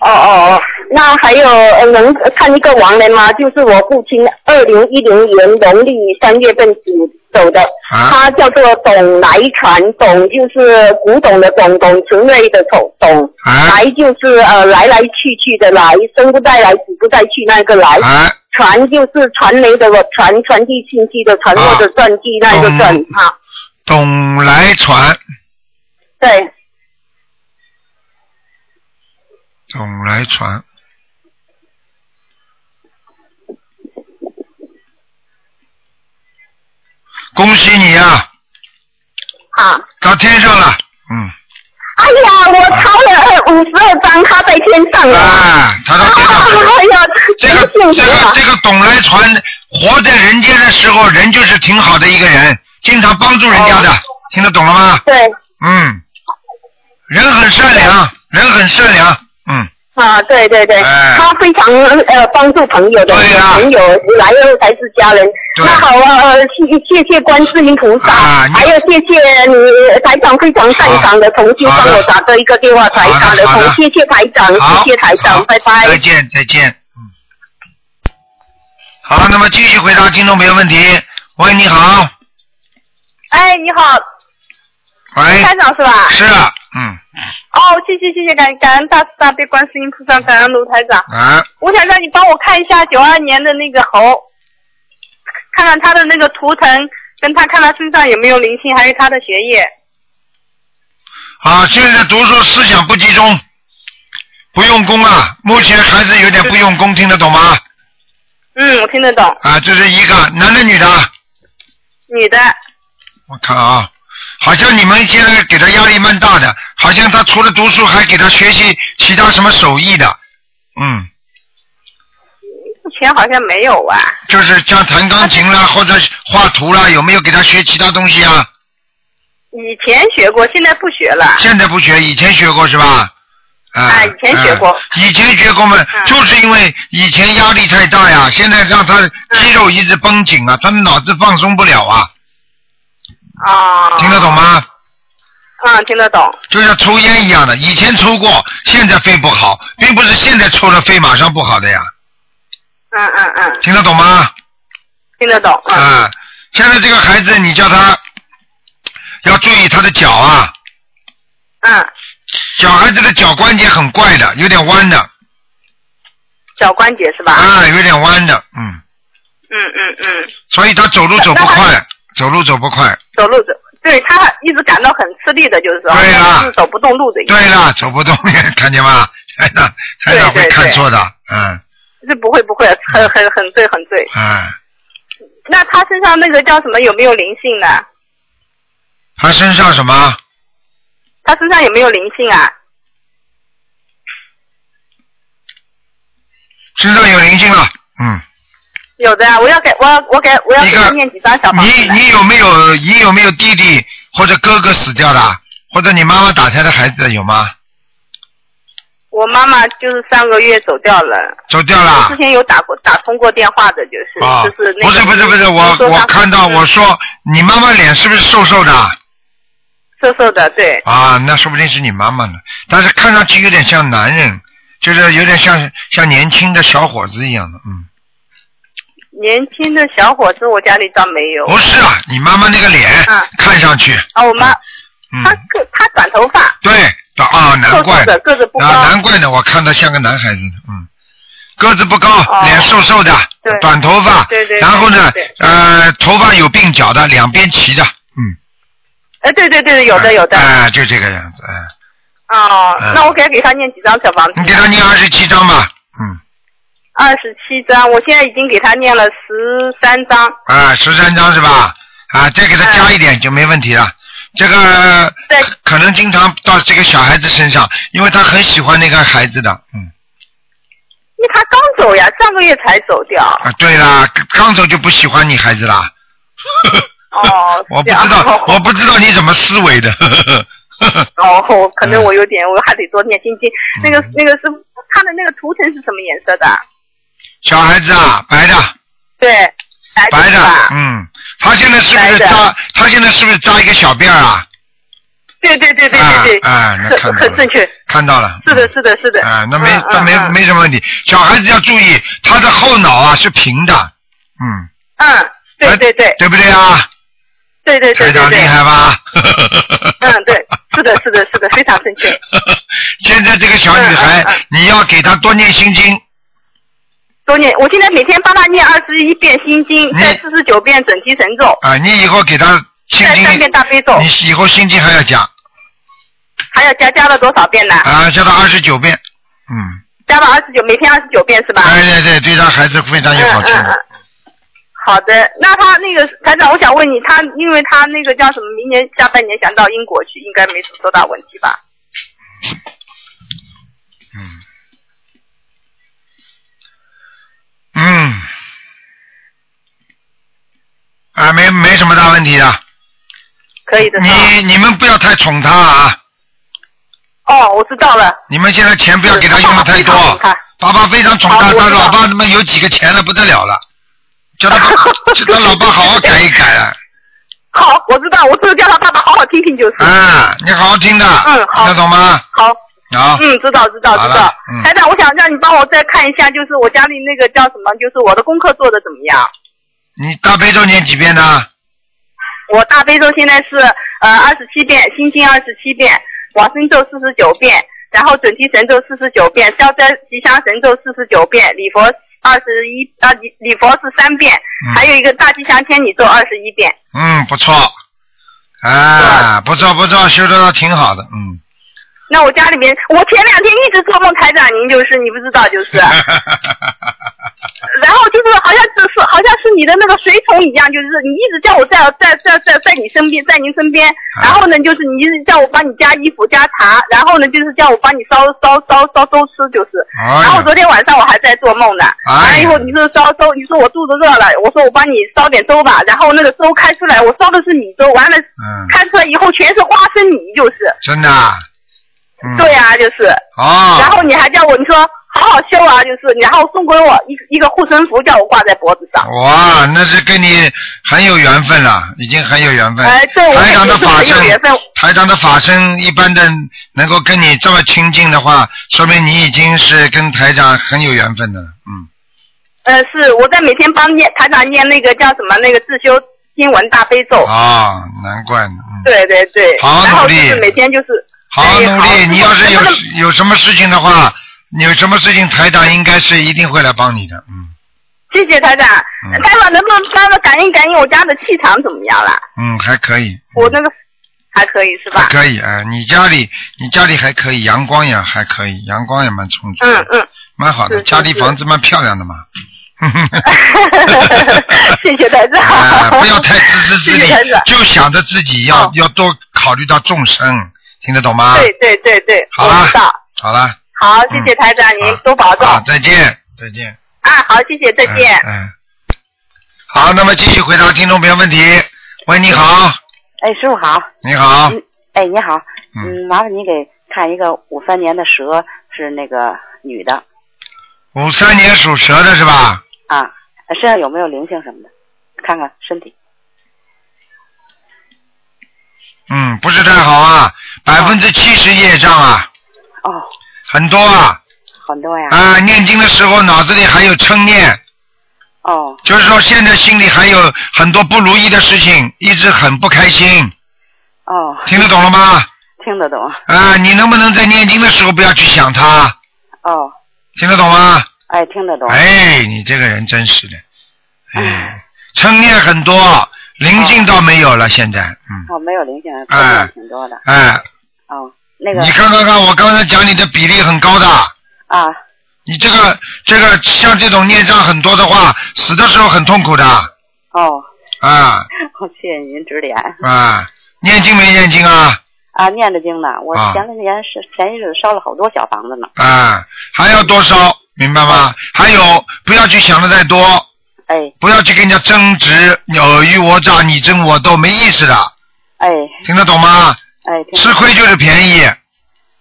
哦哦哦，那还有呃能看一个亡人吗？就是我父亲，二零一零年农历三月份走走的，
啊
他叫做董来传，董就是古董的董，董存瑞的董，董
啊
来就是呃来来去去的来，生不带来，死不带去那个来。
哎，
传就是传媒的传，传递信息的传，
啊哦
或者传递那个传
懂
啊，
董来传。
对，
董来传。恭喜你呀、
啊。
到天上了，嗯，
哎呀，我抄了二五十二张，他在天上了。
啊，他到天上了。
哎呀，
这个
真
这
幸福
个
啊！
这个董来传活在人间的时候，人就是挺好的一个人，经常帮助人家
哦
的，听得懂了吗？
对，
嗯，人很善良，人很善良，嗯，
啊，对对对，
哎
他非常呃帮助朋友的，
对呀
朋友来后才是家人。
对
那好啊，呃谢谢谢观世音菩萨，
啊你
还有谢谢你呃台长非常善长的，重新帮我打这一个电话，台长
好
同
的好的
谢谢台长，
好，
谢谢台
好哎
长，拜拜。
再见，再见。嗯，好，那么继续回答听众朋友问题。喂，你好，
哎，你好，
喂，
台长是吧？
是啊，嗯，
哦，谢谢谢谢，感感恩大慈大悲观世音菩萨，感恩卢台长。
啊，
我想让你帮我看一下九二年的那个猴，看看他的那个图腾，跟他看他身上有没有灵性，还有他的学业。
啊，现在读书思想不集中，不用功啊，目前还是有点不用功，听得懂吗？
嗯，我听得懂。
啊，这是一个男的女的啊，
女的，
我看啊，好像你们现在给他压力蛮大的，好像他除了读书还给他学习其他什么手艺的，嗯，
目前好像没有啊。
就是像弹钢琴啦或者画图啦，有没有给他学其他东西啊？
以前学过，现在不学了。
现在不学，以前学过是吧？啊
啊以前学过啊
啊以前学过嘛，就是因为以前压力太大呀，现在让他肌肉一直绷紧啊，他的脑子放松不了啊，
啊。
听得懂？吗？
嗯，听得懂。
就像抽烟一样的，以前抽过，现在肺不好，并不是现在抽了肺马上不好的呀，
嗯嗯嗯，
听得懂吗？
听得懂。嗯。
啊，现在这个孩子，你叫他要注意他的脚啊，
嗯，
小孩子的脚关节很怪的，有点弯的，
小关节是吧？
啊，有点弯的，嗯，
嗯嗯嗯，
所以他走路走不快，走路走不快。
走路走，对他一直感到很吃力的，就是说，
对啊
就是走不动路的意思，
对了，走不动， 看见吗？台长，台长
对对
会看
对
错的，嗯
是不会不会，很很很对很对。
嗯，
那他身上那个叫什么？有没有灵性啊呢？
他身上什么？
他身上有没有灵性啊？
身上有灵性了，嗯。
有的啊，我要给我要我给我要
你
给
看
他念几张小房子
你
呢。
你有没有你有没有弟弟或者哥哥死掉的，或者你妈妈打胎的孩子有吗？
我妈妈就是上个月走掉了，
走掉
我
了
之。前有打过打通过电话的，就是、
啊
就是，那个
不是不是不是，我
就是说
我
她
看到我说你妈妈脸是不是瘦瘦的
瘦瘦的，对，
啊？那说不定是你妈妈呢，但是看上去有点像男人，就是有点像像年轻的小伙子一样的，嗯，
年轻的小伙子，我家里倒没有。
不是啊，你妈妈那个脸、
嗯
看上去，
啊，我妈
嗯，
她个她短头发，
对啊，难
瘦
怪
瘦的，个子不高，
啊，难怪呢，我看他像个男孩子呢，嗯，个子不高，
哦
脸瘦瘦的
对，
短头发，
对对对
然后呢
对，
呃，头发有鬓角的，两边齐的，嗯，
哎，对对对，有的有的。
哎、就这个样子，哎、
哦
嗯，
那我给他给他念几张小房子
你？给他念二十七章吧，嗯，
二十七张，我现在已经给他念了十三张。
啊，十三章是
嗯
吧？啊，再给他加一点就没问题了。这个
对
可可能经常到这个小孩子身上，因为他很喜欢那个孩子的，嗯
因为他刚走呀，上个月才走掉。
啊，对啦，刚走就不喜欢你孩子啦。
哦
，我不
这样
知道，我不知道你怎么思维的。
哦，可能我有点，我还得多念心经。那个
嗯
那个是他的那个图腾是什么颜色的？
小孩子啊，白的，
对，白
白
是
的
吧，
嗯，他现在是不是
白的
扎？他现在是不是扎一个小辫儿啊？
对对对对
啊
对
啊那
对，
看
很
到了
很正确。
看到了，
是的，是的，是的。
啊，那没
嗯
那没。
嗯嗯
没什么问题。小孩子要注意，他的后脑啊是平的，嗯，
嗯，对对对
哎对不对啊？
对对
台
对对
长厉
对。
害吧？
嗯，对，是的，是的，是的，非常正确。
现在 这个小女孩
嗯嗯嗯，
你要给她多念心经，
多念，我现在每天帮他念二十一遍心经，
你
再四十九遍准提神咒，
啊，你以后给她心
再
经，
三遍大悲咒，
你以后心经还要讲
还要加加了多少遍呢？
啊，叫她二十九遍，嗯。
加到二十九，每天二十九遍是吧？
对对对，对他孩子非常哎有好处
嗯嗯
的。
嗯。好的，那他那个台长，我想问你，他因为他那个叫什么，明年下半年想到英国去，应该没什么多大问题吧？
嗯，啊，没没什么大问题的。
可以的是吧？
你你们不要太宠他啊，
哦，我知道了。
你们现在钱不要给他用的太多
是爸爸非常懂他，好我
爸爸非常宠他，他
知道
老爸他妈有几个钱了不得了了，叫他 爸叫他老爸好好改一改啊！
好，我知道，我只有叫他爸爸好好听听就是。
啊，你好好听的，
嗯好
听得懂吗？
好，
好，
嗯，知道知道
好
知
了
道。
嗯
台长，我想让你帮我再看一下，就是我家里那个叫什么，就是我的功课做的怎么样？
你大悲咒念几遍呢？
我大悲咒现在是呃二十七遍，心经二十七遍，往生咒四十九遍，然后准提神咒四十九遍，消灾吉祥神咒四十九遍，礼佛二十一啊礼礼佛是三遍，
嗯
还有一个大吉祥天女咒二十一遍。
嗯，不错，啊，不错不错，修得到挺好的，嗯，
那我家里面，我前两天一直做梦，台长您就是你不知道就是，然后就是好像就是好像是你的那个随从一样，就是你一直叫我在在在在在你身边，在您身边，
啊
然后呢就是你一直叫我帮你加衣服加茶，然后呢就是叫我帮你烧烧烧烧粥吃就是，
哎
然后
呀，
昨天晚上我还在做梦呢，完
哎
了以
呀
后你说烧粥，你说我肚子热了，我说我帮你烧点粥吧，然后那个粥开出来，我烧的是米粥，完了
嗯，
开出来以后全是花生米就是，
真的啊，嗯，
对呀、就是。
哦，
然后你还叫我，你说好好修啊，就是，然后送给我一一个护身符，叫我挂在脖子上。
哇，那是跟你很有缘分了，已经很有缘分。
哎，对，我
台长
跟你
的
是
法
很有缘
身，
分。
台长的法身，一般的能够跟你这么亲近的话，说明你已经是跟台长很有缘分的了。嗯，
呃，是我在每天帮念台长念那个叫什么那个自修经文大悲咒。
哦，难怪呢。嗯，
对对对。
好
然后
努
就
力
是每天就是。
好好努
哎
力，你要是有
能不能
有什么事情的话，有什么事情台长应该是一定会来帮你的。嗯
谢谢台长
嗯，
台长能不能帮我感应感应我家的气场怎么样啦？
嗯，还可以。
我那个还可以是
还
吧？
可以啊、哎你家里你家里还可以，阳光也还可以，阳光也蛮充足的。
嗯嗯，
蛮好
是
的，
是
家里房子蛮漂亮的嘛。
谢谢 台长
啊，不要太自私自
谢
利
谢台长，
就想着自己要
哦
要多考虑到众生，听得懂吗？
对对对对，
啊好
我
啦
知道。
好了，
好，谢谢台长，您多保重
啊，再见，再见，
啊！好，谢谢，再见。
嗯。嗯好，那么继续回答听众朋友问题。喂，你好，
哎，师傅好。
你好，
嗯哎，你好，
嗯，
嗯，麻烦你给看一个五三年的蛇是那个女的
五三年属蛇的是吧？
啊，身上有没有灵性什么的？看看身体。
嗯，不是太好啊，百分之七十业障啊，
哦，
很多啊，
很多呀。
啊，念经的时候脑子里还有嗔念，
哦，
就是说现在心里还有很多不如意的事情，一直很不开心，
哦，
听得懂了吗？
听得懂。
啊、你能不能在念经的时候不要去想他？
哦，
听得懂吗？
哎，听得懂。嗯
哎，你这个人真是的，哎，嗔念很多，灵性倒没有了，现在，嗯，
哦，没有灵性，
哎
看见挺多的。
哎，
哦，那个
你看看看，我刚才讲你的比例很高的，
啊，
你这个这个像这种孽障很多的话，死的时候很痛苦的，
哦，
啊
谢谢您指点。
啊，念经没念经啊？
啊，念着经呢，我
啊
前两天是前一阵烧了好多小房子呢。
啊，还要多烧，明白吗？还有，不要去想的太多，
哎
不要去跟人家争执、你尔虞我诈、你争我斗，没意思的，
哎
听得懂吗？
哎，听
吃亏就是便宜，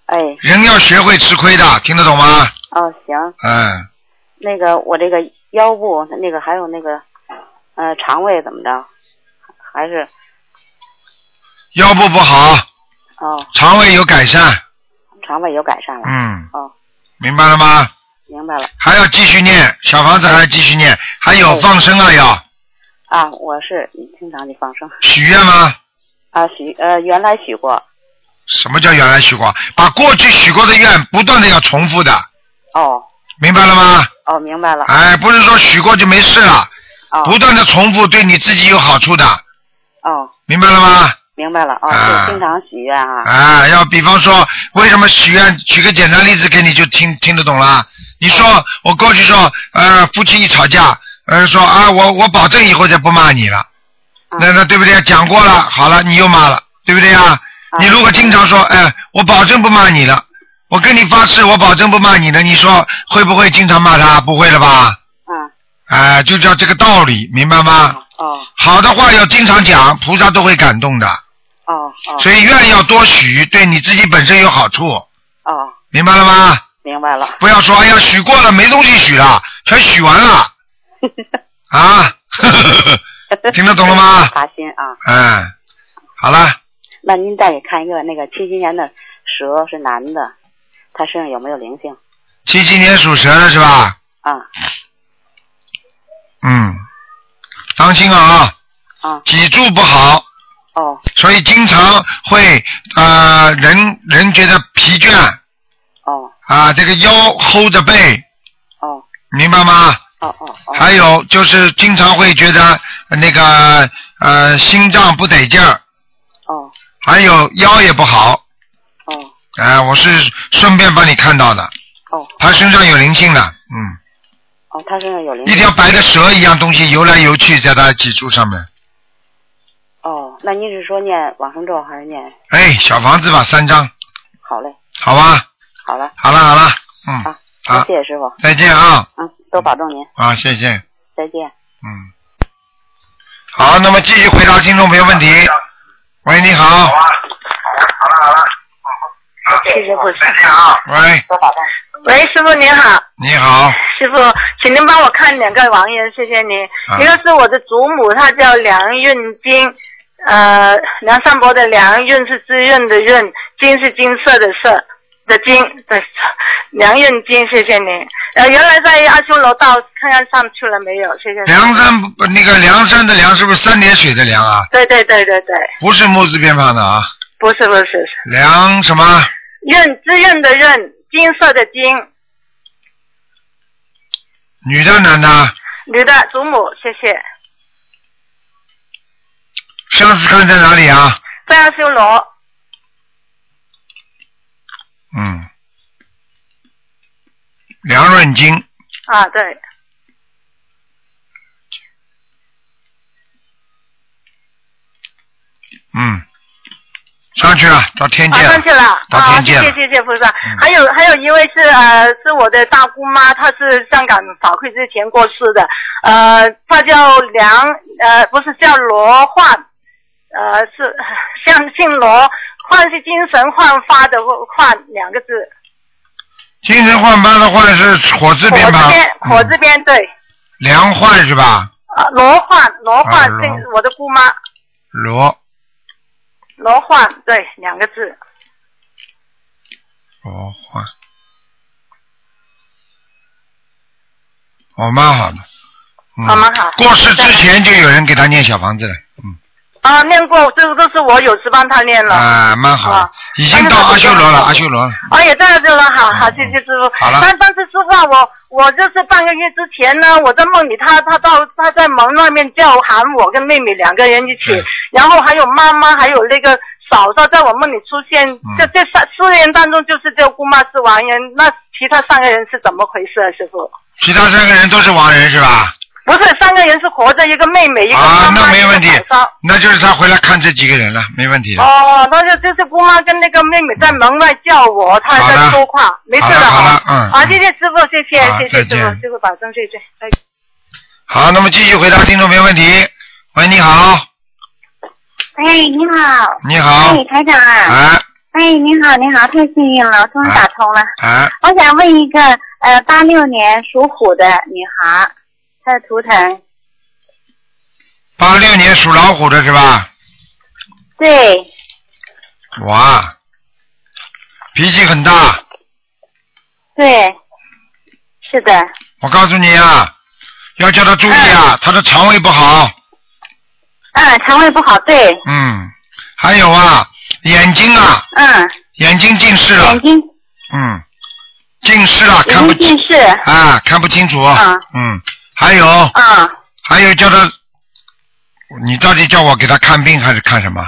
哎
人要学会吃亏的，听得懂吗？
哦，行，
嗯，
那个我这个腰部那个还有那个呃肠胃怎么着，还是
腰部不好，
哦
肠胃有改善，
肠胃有改善了。
嗯，
哦，
明白了吗？
明白了
还要继续念小房子，还要继续念，还有
对
放生啊，要
啊，我是经常去放生
许愿吗？
啊许呃原来许过
什么叫原来许过？把过去许过的愿不断的要重复的，
哦
明白了吗？
哦明白了
哎，不是说许过就没事了，
哦
不断的重复对你自己有好处的，
哦
明白了吗？
明白了哦，
啊
就经常许愿啊
啊，要比方说，为什么许愿？举个简单例子给你就听听得懂了。你说我过去说，呃，夫妻一吵架，呃，说啊，我我保证以后再不骂你了，
嗯
那那对不对？讲过了，好了，你又骂了，对不对呀？
嗯
你如果经常说，哎、我保证不骂你了，我跟你发誓，我保证不骂你了，你说会不会经常骂他？不会了吧？
嗯
啊、就叫这个道理，明白吗？
哦
好的话要经常讲，菩萨都会感动的。
哦哦
所以愿要多许，对你自己本身有好处。
哦，
明白了吗？
明白了。
不要说哎呀许过了没东西许了，全许完了啊！ 听得懂了吗？
发心啊，
嗯，好了，
那您再给看一个那个七七年的蛇是男的，他身上有没有灵性
七七年属蛇的是吧？
啊？
嗯，当心啊，
啊
脊柱不好，
哦
所以经常会呃人人觉得疲倦
哦
啊，这个腰后着背，
哦
明白吗？
哦哦哦
还有就是经常会觉得呃那个呃心脏不得劲儿，
哦
还有腰也不好。
哦
哎、我是顺便帮你看到的，
哦
他身上有灵性的，嗯，
哦，他身上有灵
一
性。
条白的蛇一样东西游来游去在他脊柱上面。
哦，那您是说念往生咒还是念？
哎，小房子吧，三张，
好嘞，
好吧，
好了，
好了好了，嗯，
好
好
谢谢师傅，
再见啊，
嗯，多保重您，
啊，谢谢，
再见。
嗯，好，那么继续回答听众朋友问题。喂，你好，
谢谢不是。
喂，
喂，师傅您好，
你好，
师傅，请您帮我看两个王爷，谢谢您。
啊
一个是我的祖母，她叫梁运金，呃，梁山伯的梁，运是滋润的润，金是金色的色的金的梁运金，谢谢您。呃，原来在阿修罗道看看上去了没有？谢谢。您。
梁山不那个梁山的梁是不是三点水的梁啊？
对对对对对，
不是木字边旁的啊，
不是不是，是
梁什么？
润滋润的润，金色的金，
女的男的？
女的祖母，谢谢。
上次看在哪里啊？
在阿修罗。
嗯，梁润金，
啊，对，
嗯，上去了，到天
马
界
上去
了，
了，
到
啊，谢
天界了
谢谢谢菩萨。
嗯
还有还有一位是呃是我的大姑妈，她是香港法会之前过世的，呃，她叫梁呃不是叫罗焕，呃是像姓罗，焕是精神焕发的焕两个字，
精神焕发的焕是火字
火
边
字
旁，
边火字
嗯
边对，
梁焕是吧？
啊罗焕罗焕
啊
这
罗
我的姑妈
罗，
罗焕对两个字，
罗焕，哦，蛮好的，嗯，
好吗哦好
过世之前就有人给他念小房子了，嗯，
啊念过，这个都是我有时帮她念了。
啊，蛮好的
啊，
已经到阿修罗了，阿修罗了，
哦，也在这了，好好，谢谢师傅。
好了
但但是师傅啊，我我就是半个月之前呢，我在梦里他，他到他在门外面叫喊我跟妹妹两个人一起
对，
然后还有妈妈，还有那个嫂嫂在我梦里出现。
嗯
这这三四个人当中，就是这姑妈是王人，那其他三个人是怎么回事啊，师傅？
其他三个人都是亡人是吧？
不是三个人是活着，一个妹妹，一个
啊
妈，妈，
那没问题
一个嫂嫂。，
那就是他回来看这几个人了，没问题的。
哦，那就就是姑妈跟那个妹妹在门外叫我，她还在说话，没事
好了
啊。
好了嗯
好，谢谢师傅，谢谢
好
谢谢师
再见
啊
傅，师傅保重，谢谢，
哎
再见。
好，那么继续回答听众朋友问题。喂，你好，
哎，你好，
你好
哎，，台长
嗯
啊，
哎
哎，你好，你好，太幸运了，我
啊
终于打通了。
哎，
我想问一个，呃，八六年属虎的女孩，她的图腾，
八六年属老虎的是吧？
对，
哇，脾气很大。
对，是的，
我告诉你啊，要叫他注意啊，他的肠胃不好，
嗯，肠胃不好，对，
嗯，还有啊，眼睛啊，
嗯，
眼睛近视了
眼，睛
嗯，近视了，看不
眼睛
清
近视，
啊，看不清楚，
啊
嗯，还有
啊，
还有叫他，你到底叫我给他看病还是看什么？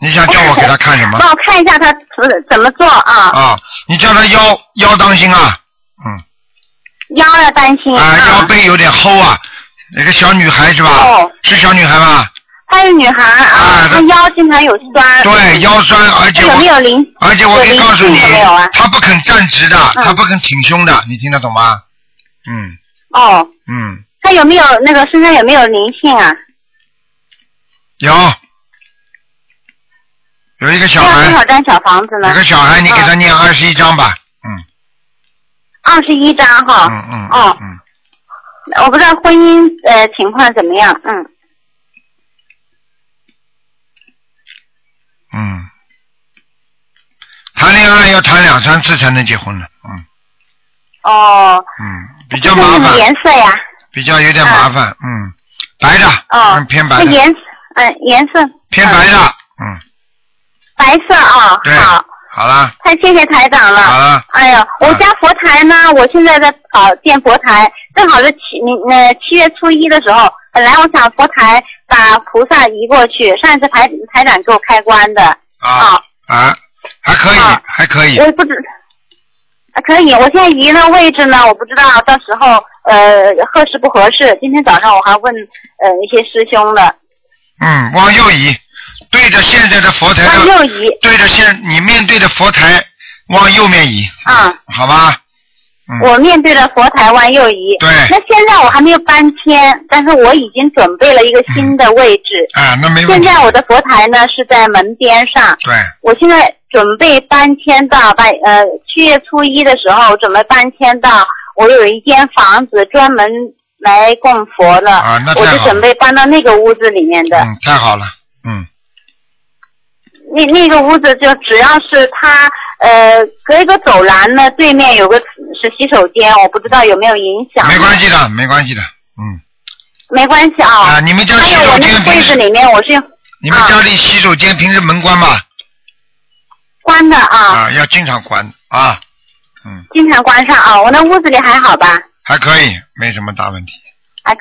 你想叫我给他看什 么？
帮我看一下她怎怎么做啊？
啊，你叫他腰腰当心啊，嗯，
腰要担心
啊腰背有点齁啊，那个小女孩是吧？
哦
是小女孩吧？
她是女孩啊
啊，
她腰经常有酸，
对，腰酸，而
她
且
有没
我
有灵？
而且我可以告诉你
有灵性没有啊，
她不肯站直的，
嗯
她不肯挺胸的，你听得懂吗？嗯
哦，
嗯，
她有没有那个身上有没有灵性啊？
有有一个小
要多少
孩，
张小房子呢？啊
有个小孩，你给他
嗯
念二十一章吧。
二十一张
嗯
哈。
嗯
哦
嗯嗯，
我不知道婚姻呃情况怎么样，嗯，
嗯，谈恋爱要谈两三次才能结婚呢。嗯
哦，
嗯，比较
是
麻
什么
烦，
颜色呀？
比较有点麻烦。嗯，白的，
哦
嗯，偏
那
白的，
颜色嗯颜色
偏白的。嗯，
白色啊，
对
好，，
好了，
太谢谢台长
啊
了。
好了，嗯
哎呀，我家佛台呢，我现在在搞建佛台，正好是七明呃七月初一的时候，本来我想佛台把菩萨移过去，上一次台台长给我开关的，
啊啊，还可以
好，
还可以。
哦我不知。啊可以，我现在移的位置呢，我不知道啊到时候呃合适不合适。今天早上我还问呃一些师兄了，
嗯，往右移，对着现在的佛台
往
的，
右移，
对着现你面对的佛台往右面移，
啊、
好吧？嗯，
我面对着佛台湾右移。
对
那现在我还没有搬迁，但是我已经准备了一个新的位置。
啊，那没问
现
题。
在我的佛台呢是在门边上，
对，
我现在准备搬迁到搬呃七月初一的时候，我准备搬迁到我有一间房子专门来供佛的，
啊那太
我
好了
就准备搬到那个屋子里面的。
嗯，太好了，嗯，
那那个屋子就只要是它呃隔一个走廊呢，对面有个是洗手间，我不知道有没有影响。啊
没关系的，没关系的，嗯
没关系啊。
啊，你们家洗
还有
手
我那
间
个柜
平
子
时，
里面我是用
你们
啊
家里洗手间平时门关吧？
关的啊，
啊，要经常关啊，嗯，
经常关上啊。我那屋子里还好吧？
还可以，没什么大问题，
还可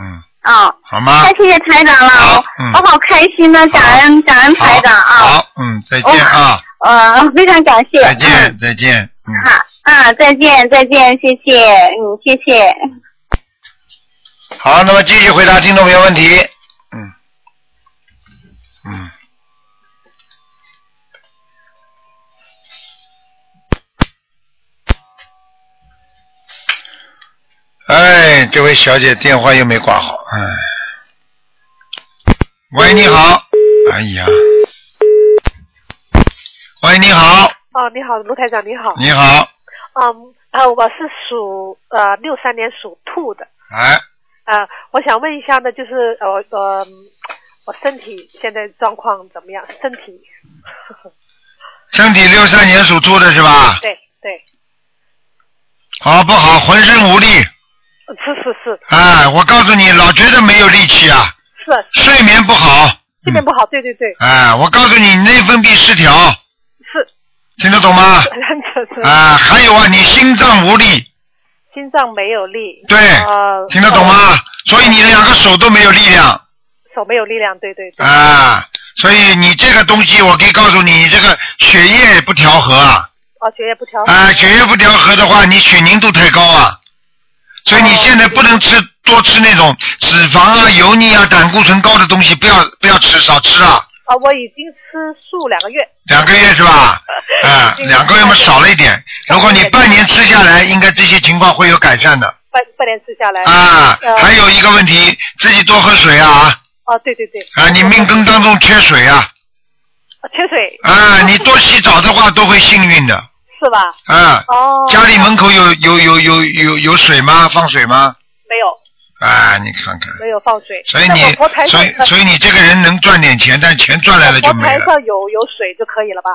嗯，
啊。
好吗
太？谢谢台长了，
好
我
嗯
我好开心呢，感恩感恩台
好，
长啊，
好，嗯，再见啊，
呃，非常感谢，
再见
嗯，
再见，嗯。
好，啊，再见再见，谢谢，嗯，谢谢。
好，那么继续回答听众朋友问题。嗯，嗯。哎，这位小姐电话又没挂好，哎。喂，你好。哎呀。喂，你好，
哦，你好，卢台长，你好。
你好，
嗯，啊，我是属呃六三年属兔的
哎，
啊、我想问一下呢，就是呃呃，我身体现在状况怎么样？身体
身体六三年属兔的是吧？
对对，
好不好？浑身无力，
呃是是是
哎，我告诉你，老觉得没有力气啊，
是啊，
睡眠不好。
这边不好，对对对，
哎，我告诉你，内分泌失调，
是，
听得 懂吗？
是是，
啊，还有啊，你心脏无力，
心脏没有力，
对
呃，
听得懂吗？所以你的两个手都没有力量
手没有力量，对对对，
啊，所以你这个东西，我可以告诉你，你这个血液不调和啊，
哦，血液不调和，
啊，血液不调和的话，你血凝度太高啊，所以你现在不能
哦
吃多吃那种脂肪
嗯
啊、油腻啊、胆固醇高的东西，不要不要吃，少吃啊。
啊，我已经吃素两个月，
两个月 是吧？啊、
嗯
两个月嘛少了一点。如果你半年吃下来，应该这些情况会有改善的
半半年吃下来，
啊
呃。
还有一个问题，自己多喝水啊
哦，对对对，
啊！你命根当中缺水啊
缺水
啊！你多洗澡的话都会幸运的
是吧？
啊。
哦，
家里门口有有有有有有水吗？放水吗？
没有。
啊，你看看，
没有放水，
所以
那我
你
佛台上
所以所以你这个人能赚点钱，但钱赚来了就
佛
没
台
了。
上有有水就可以了吧？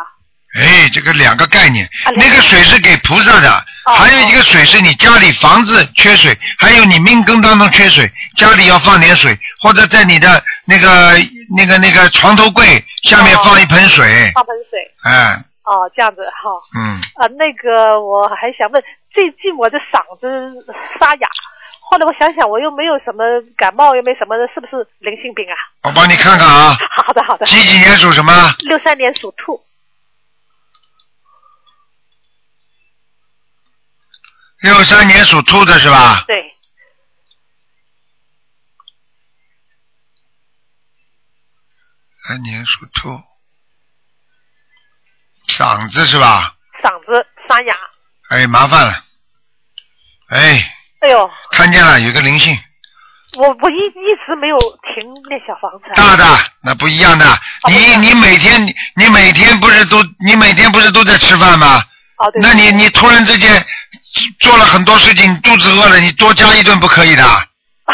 哎，这个两个概念，
啊两个
那个水是给菩萨的，
哦
还有一个水是你家里房子缺水，还有你命根当中缺水，家里要放点水，或者在你的那个那个那个床头柜下面
哦
放一盆水，
放盆水
哎，
哦，这样子哈、
嗯，
啊，那个我还想问，最近我的嗓子沙哑，后来我想想，我又没有什么感冒，又没什么的，是不是灵性病啊？
我帮你看看啊，
好的好的，
几几年属什么？
六三年属兔，
六三年属兔的是吧？
对，
三年属兔，嗓子是吧？
嗓子沙哑，
哎，麻烦了，哎，
哎呦，
看见了，有个灵性，
我我一一直没有停那小房子。
大的那不一样的，你你每天你你每天不是都你每天不是都在吃饭吗？
哦对。
那你你突然之间做了很多事情，肚子饿了，你多加一顿不可以的。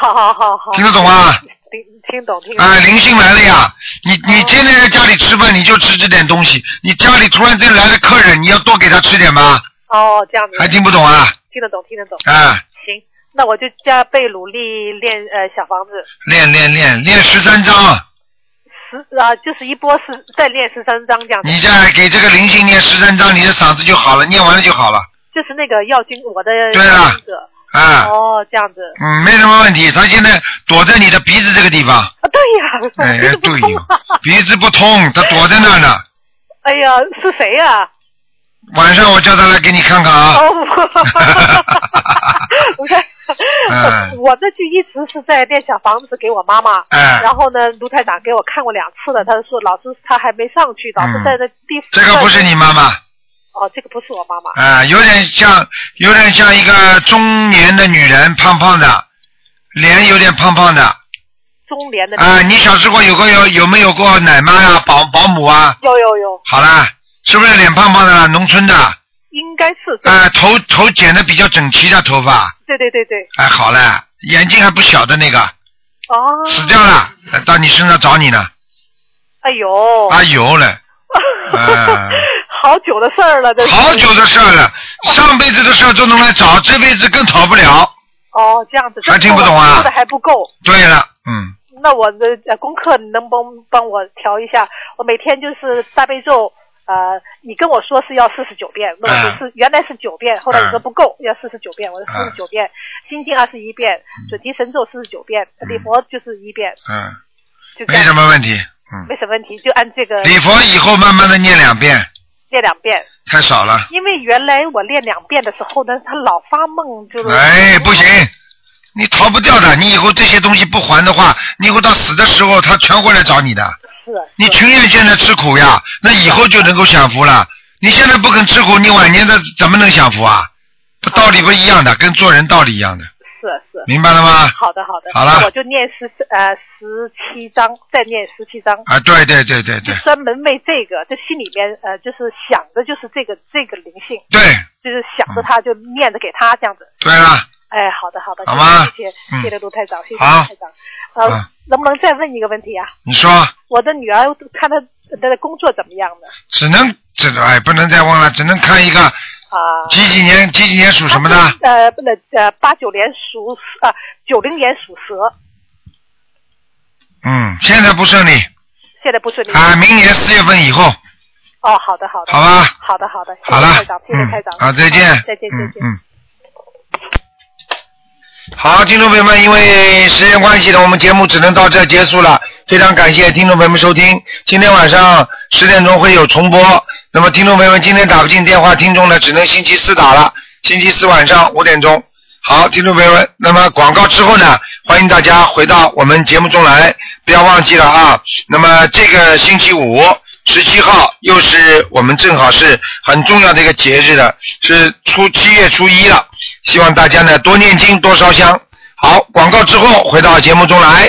好好好好。
听得懂吗？
听听懂听懂。哦
啊，灵性来了呀！你你天天在家里吃饭，你就吃这点东西。你家里突然间来了客人，你要多给他吃点吧。
哦，这样子。
还听不懂啊？
听得懂，听得懂。
啊，
行，那我就加倍努力练呃小房子，
练练练练十三章，
十啊、就是一波是再练十三章这样子。
你再给这个灵性念十三章，你的嗓子就好了，念完了就好了。
就是那个药精，我的
对啊
患者。
啊
哦，这样子。
嗯，没什么问题。他现在躲在你的鼻子这个地方，
啊，对呀、
哎，对，鼻子不通，他躲在那儿呢。
哎呀，是谁呀、
晚上我叫他来给你看看啊。
哦， 我我看
嗯
我这就一直是在练小房子给我妈妈，
哎
然后呢，卢台长给我看过两次了，他说老师他还没上去，老师
嗯
在那第
这个不是你妈妈。
哦，这个不是我妈妈，
啊，有点像，有点像一个中年的女人，胖胖的，脸有点胖胖的。
中年的
啊，你小时候有过有有没有过奶妈呀、保保姆啊？
有有有，
好啦，是不是脸胖胖的啦？农村的，
应该是
啊，头头剪的比较整齐的头发，
对对对对，
哎，好了，眼睛还不小的那个
哦，
死掉了，呃到你身上找你呢。
哎呦，
啊，有 了，啊，
好久的事儿了，这是
好久的事儿了，上辈子的事儿都能来找，这辈子更逃不了。
哦，这样子，
还听不懂啊
这做的还不够，
对了，嗯。
那我的呃功课你能帮帮我调一下？我每天就是大悲咒，呃，你跟我说是要四十九遍，那
啊
我就是、原来是九遍，后来你说不够，要四十九遍，我说四十九遍，心经二十一遍，准提神咒四十九遍，礼佛就是一遍，
嗯，
就这
没
样
什么问题。嗯，
没什么问题，就按这个
礼佛以后慢慢的念两遍，
念两遍。
太少了。
因为原来我练两遍的时候呢，他老发梦， 就是
哎，不行，你逃不掉的。你以后这些东西不还的话，你以后到死的时候，他全会来找你的。
是
你情愿现在吃苦呀，那以后就能够享福了。你现在不肯吃苦，你晚年的怎么能享福啊？不道理不一样的，跟做人道理一样的。
是是，
明白了吗
好的好的，
好了
那我就念十呃十七章，再念十七章
啊，对对对对
就
对
专门为这个，就心里面呃，就是想着就是这个这个灵性，
对，
就是想着他就念着给他这样子。
对了，
哎，好的好的，
嗯好吗
谢谢
嗯
谢谢卢台长，谢谢
好
卢台长。呃
啊，
能不能再问一个问题啊？
你说
我的女儿看她呃她的工作怎么样呢？
只能只能哎，不能再忘了，只能看一个
啊，
几几年几几年属什么的。
呃，不能呃，八九年属啊，九零年属蛇，
嗯，现在不顺利
现在不顺利。
啊，明年四月份以后，
哦，好的好的。
好吧
好的好的，谢
好
谢
了
台长，，谢谢
嗯
台长。，
好，再见
好，再见再
嗯
见。
嗯。好，听众朋友们，因为时间关系呢，我们节目只能到这儿结束了。非常感谢听众朋友们收听，今天晚上十点钟会有重播。那么，听众朋友们，今天打不进电话，听众呢只能星期四打了，星期四晚上五点钟。好，听众朋友们，那么广告之后呢，欢迎大家回到我们节目中来，不要忘记了啊。那么这个星期五十七号又是我们正好是很重要的一个节日了，是初七月初一了，希望大家呢多念经多烧香。好，广告之后回到节目中来。